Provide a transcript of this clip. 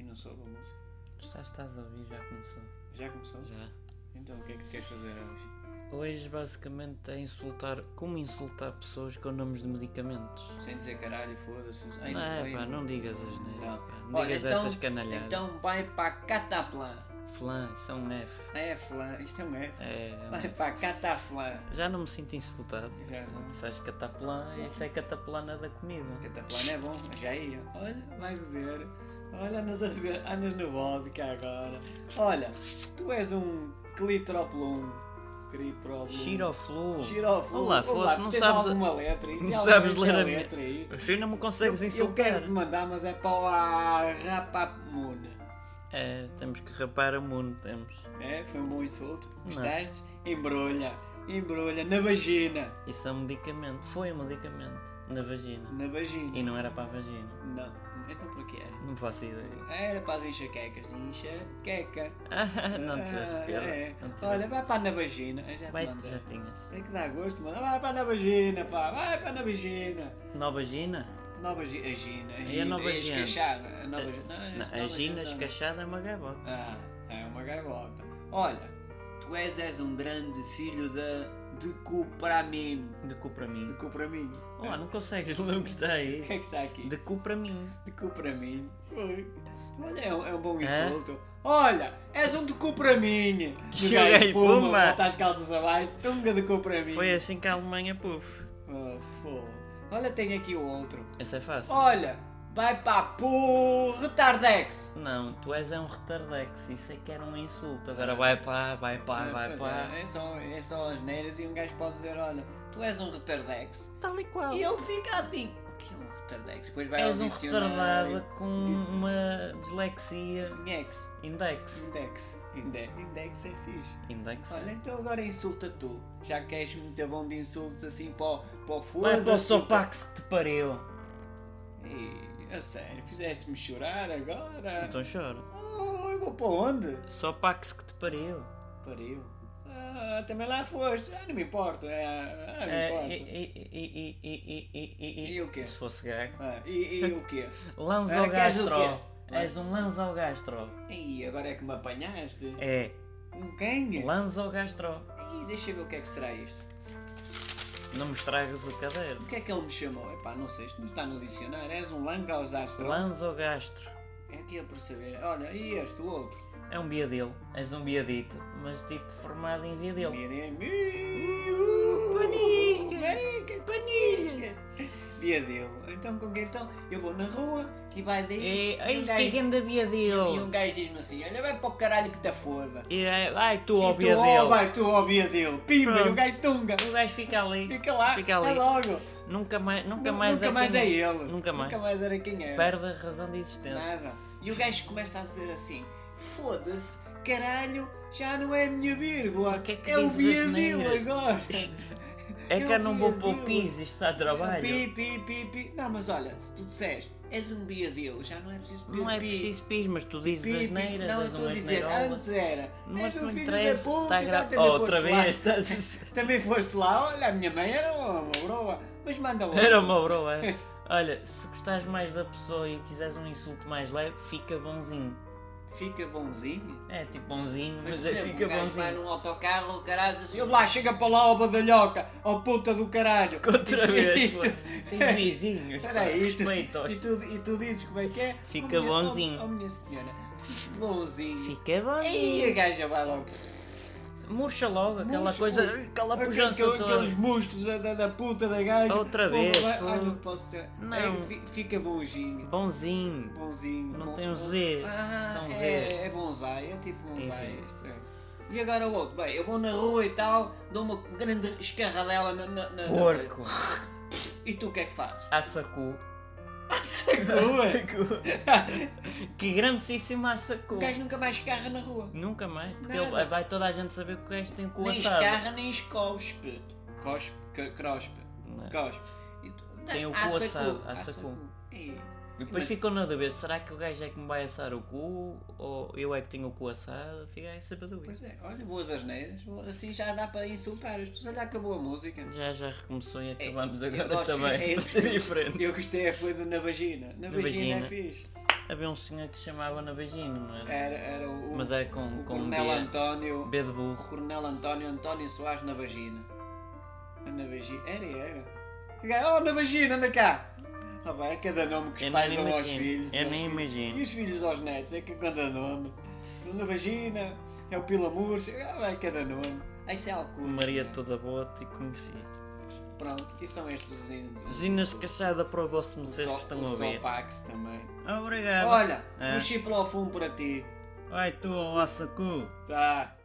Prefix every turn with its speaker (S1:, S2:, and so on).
S1: começou a música?
S2: Já estás a ouvir, já começou.
S1: Já começou?
S2: Já.
S1: Então o que é que tu queres fazer hoje?
S2: Hoje basicamente é insultar, como insultar pessoas com nomes de medicamentos.
S1: Sem dizer caralho, foda-se. Ai,
S2: não é,
S1: bem,
S2: pá, não digas as neiras.
S1: Não.
S2: pá. Não
S1: Olha,
S2: digas
S1: então-
S2: essas canalhadas.
S1: Então vai para Cataplan.
S2: Flan, são nef.
S1: É flan, isto é um F.
S2: É,
S1: Vai para Cataflan.
S2: já não me sinto insultado.
S1: Já não.
S2: Sabes cataplan, isso é cataplana da comida.
S1: Cataplan é bom, mas já ia. Olha, vai beber. Olha, andas, a beber, andas no vodka agora. Olha, tu és um clitroplum. Criproplum.
S2: Xiroflu.
S1: Xiroflu.
S2: Olá, fosse,
S1: tu
S2: não
S1: tens
S2: sabes.
S1: alguma letra? Isto
S2: não
S1: é
S2: sabes
S1: alguma
S2: ler a minha-
S1: letra, isto.
S2: Assim não me consegues
S1: Eu
S2: insultar.
S1: quero te mandar, mas é para o Rapapamuna.
S2: É, temos que rapar o mundo, temos.
S1: É, foi um bom insulto.
S2: Não. é?
S1: Gostaste? Embrulha, embrulha na vagina.
S2: Isso é um medicamento. Foi um medicamento. Na vagina.
S1: Na vagina.
S2: E não era para a vagina.
S1: Não, então para que era?
S2: Não faço ideia.
S1: Era para as enxaquecas. Enxaqueca.
S2: Ah, não
S1: Ah,
S2: tiveste piada.
S1: é.
S2: Não tiveste.
S1: Olha, vai para a na vagina. Eu Já te
S2: Vai,
S1: mandei.
S2: já tinhas.
S1: É que dá gosto, mano. Vai para a na vagina, pá. Vai para a na vagina.
S2: Nova Gina?
S1: Nova gi- a gina. A
S2: E
S1: gina.
S2: É a nova
S1: e
S2: gente?
S1: escachada. A nova gi- não,
S2: Não,
S1: isso
S2: a
S1: nova tá. gente
S2: Gina
S1: não.
S2: escachada é uma gaiola.
S1: Ah, é uma gaivota. Olha, tu és, és um grande filho da de Cupramim.
S2: De cu para
S1: De
S2: mim.
S1: Cupramim?
S2: Oh, não consegues ler o que está aí.
S1: O que é que está aqui?
S2: De cu para mim.
S1: De Cupramim. Oi. Olha, é um, é um bom insulto. Olha, és um de Cupramim.
S2: Que gaio puma.
S1: Estás calças abaixo, tunga de Cupramim.
S2: Foi assim que a Alemanha, puf.
S1: Oh, fogo. Olha, tem aqui o outro.
S2: Essa é fácil.
S1: Olha, vai para por Retardex.
S2: Não, tu és é um retardex. Isso é que era um insulto. Agora vai pá, vai pá,
S1: Ah,
S2: vai
S1: pois
S2: pá.
S1: É, é só, é só as neiras e um gajo pode dizer, olha, tu és um retardex.
S2: Tal e qual.
S1: E ele fica assim, o que é um retardex? Depois vai
S2: És
S1: ao
S2: um
S1: dicionário.
S2: retardado com uma dislexia.
S1: Index.
S2: Index.
S1: Index. Index. Index é fixe.
S2: Index.
S1: Olha, então agora insulta tu. Já que és muito bom de insultos assim para o, para o assim, foda
S2: Vai para o sopaque que te pariu.
S1: Ih, a sério, fizeste-me chorar agora?
S2: Então chora.
S1: Oh, eu vou para onde?
S2: Sopaque que te pariu.
S1: Pariu. Ah, também lá foste. Ah, não me importo. Ah, não me
S2: É,
S1: importo.
S2: e- e- e- e- e- e-
S1: E o quê?
S2: Se fosse gago.
S1: Ah, e, e o quê? Era, queres o
S2: Lanzogastro.
S1: quê?
S2: És um lanzogastro.
S1: Ei, agora é que me apanhaste.
S2: É.
S1: Um quem?
S2: Lanzogastro.
S1: Ei, deixa eu ver o que é que será isto.
S2: Não me estragas o cadeiro.
S1: O que é que ele me chamou? Epá, não sei, isto não está no dicionário. És um langausastro.
S2: Lanzogastro.
S1: É que é por saber. Olha, e este, o outro?
S2: É um biadil. És um biadito. Mas tipo formado em biadil.
S1: Paniscas! Panicas! Panilhas! Via dele. Então com quem então? Eu vou na rua e vai daí.
S2: E, É, ai,
S1: um
S2: que
S1: gajo,
S2: grande
S1: e um
S2: biadil.
S1: gajo diz-me assim: olha, vai para o caralho que te foda.
S2: E, é, ai, tu, ó
S1: E tu, oh,
S2: biadil.
S1: vai tu, ó, via dele. Pimba, e o
S2: Pronto.
S1: gajo tunga.
S2: O gajo fica ali.
S1: Fica lá,
S2: Fica
S1: é
S2: ali.
S1: logo.
S2: Nunca mais, nunca
S1: Nunca
S2: mais,
S1: mais,
S2: é, quem
S1: é ele.
S2: Nunca mais.
S1: Nunca mais era quem era.
S2: Perde a razão de existência.
S1: Nada. E o gajo começa a dizer assim: foda-se, caralho, já não é a minha vírgula.
S2: Mas que é que
S1: o
S2: dizes
S1: Biadil
S2: asneiras?
S1: agora.
S2: É que eu não vou
S1: Biadil.
S2: pôr pis, isto está a trabalho.
S1: Pi, pi, pi, pi. Não, mas olha, se tu disseres és um Biadil, já não é preciso pedir
S2: Não é
S1: pi.
S2: preciso pis, mas tu dizes
S1: Pi, pi.
S2: asneiras,
S1: Não, eu
S2: és
S1: estou
S2: uma
S1: a dizer,
S2: asneirola.
S1: antes era.
S2: Mas
S1: és um
S2: não
S1: filho
S2: interessa,
S1: da puta,
S2: está
S1: agora
S2: grave.
S1: também
S2: tá Outra
S1: foste lá.
S2: vez, tá estás.
S1: Também foste lá, olha, a minha mãe era uma uma broa. Mas manda outro.
S2: Era uma broa. é? Olha, se gostares mais da pessoa e quiseres um insulto mais leve, fica bonzinho.
S1: Fica bonzinho.
S2: É tipo bonzinho, mas,
S1: por
S2: é,
S1: exemplo,
S2: fica
S1: um gajo vai
S2: bonzinho.
S1: num autocarro, o caralho, assim, "Ouve lá, chega para lá, ó badalhoca, ó puta do caralho.
S2: Outra vez,
S1: Isto-
S2: pá. Tens vizinhos, pá,
S1: Espera aí, isto-
S2: respeita-os.
S1: e tu, e tu dizes como é que é?
S2: Fica
S1: "Oh, minha-
S2: bonzinho."
S1: Oh, oh, minha senhora, fica bonzinho.
S2: Fica
S1: E a
S2: bonzinho.
S1: gaja vai logo.
S2: Murcha logo, aquela
S1: Murcha,
S2: coisa,
S1: ui,
S2: aquela
S1: aquele-
S2: pujança
S1: aquele- Aqueles
S2: toda.
S1: músculos da, da- da puta da gaja.
S2: Outra
S1: Pô,
S2: vez,
S1: vai-
S2: pô.
S1: ai, não posso ser.
S2: Não.
S1: Ei, É, fi- Fica bonzinho.
S2: Bonzinho.
S1: Bonzinho.
S2: Não
S1: bom-
S2: tem um
S1: bom-
S2: Z,
S1: Ah,
S2: são Z.
S1: é, é bonsai, é tipo bonsai.
S2: Enfim.
S1: isto é. E agora o outro, bem, eu vou na rua e tal, dou uma grande escarradela na. na, na-
S2: Porco.
S1: E tu o que é que fazes?
S2: Assacu.
S1: Ah, sacou, é?
S2: Que grandíssima assacu.
S1: O gajo nunca mais escarra na rua.
S2: Nunca mais, porque
S1: Nada.
S2: ele- vai toda a gente saber que o gajo tem cu
S1: Nem
S2: assado.
S1: escarra, nem escospe. Cospe, c- crospe.
S2: Não. é?
S1: Cospe. E tu-
S2: Tem o
S1: Ah,
S2: cu
S1: sacou,
S2: assado, ah,
S1: ah,
S2: sacou.
S1: sacou. E-
S2: E depois ficam na dúvida, será que o gajo é que me vai assar o cu? Ou eu é que tenho o cu assado? Fiquei sempre a dúvida.
S1: Pois é, olha, boas asneiras, boa- assim já dá para insultar as pessoas. Olha, acabou a música.
S2: Já, já recomeçou e
S1: É,
S2: acabamos
S1: eu
S2: Então agora
S1: gosto-
S2: também.
S1: é
S2: É
S1: isso.
S2: ser diferente.
S1: Eu gostei, foi do Na Vagina. Na,
S2: Na
S1: vagina, é
S2: Vagina.
S1: fixe.
S2: Havia um senhor que se chamava Navagino, não era?
S1: Era, era É, o,
S2: Mas era com,
S1: o
S2: com um
S1: Coronel
S2: B,
S1: António.
S2: B de burro.
S1: Coronel António António Soares na vagina. Na vagina? Era, era. Oh, na vagina, anda cá! Ah, vai, é cada nome que os
S2: Eu
S1: pais
S2: nem
S1: dão aos
S2: imagino.
S1: filhos.
S2: Eu
S1: aos
S2: nem
S1: filhos.
S2: imagino.
S1: E os filhos aos netos, é que cada nome. Na vagina, é o Pilamur, ah, vai, é cada nome. Ah, isso é alcunha.
S2: Maria
S1: né?
S2: toda tipo, bota e conhecia.
S1: Pronto, e são estes os índios.
S2: Zinas Cachada para o vosso
S1: Os
S2: vocês que estão a
S1: os
S2: ouvir.
S1: Opax também.
S2: Obrigado.
S1: Olha,
S2: Ah.
S1: um chip lá ao fundo para ti.
S2: Vai tu ao açacu.
S1: Tá.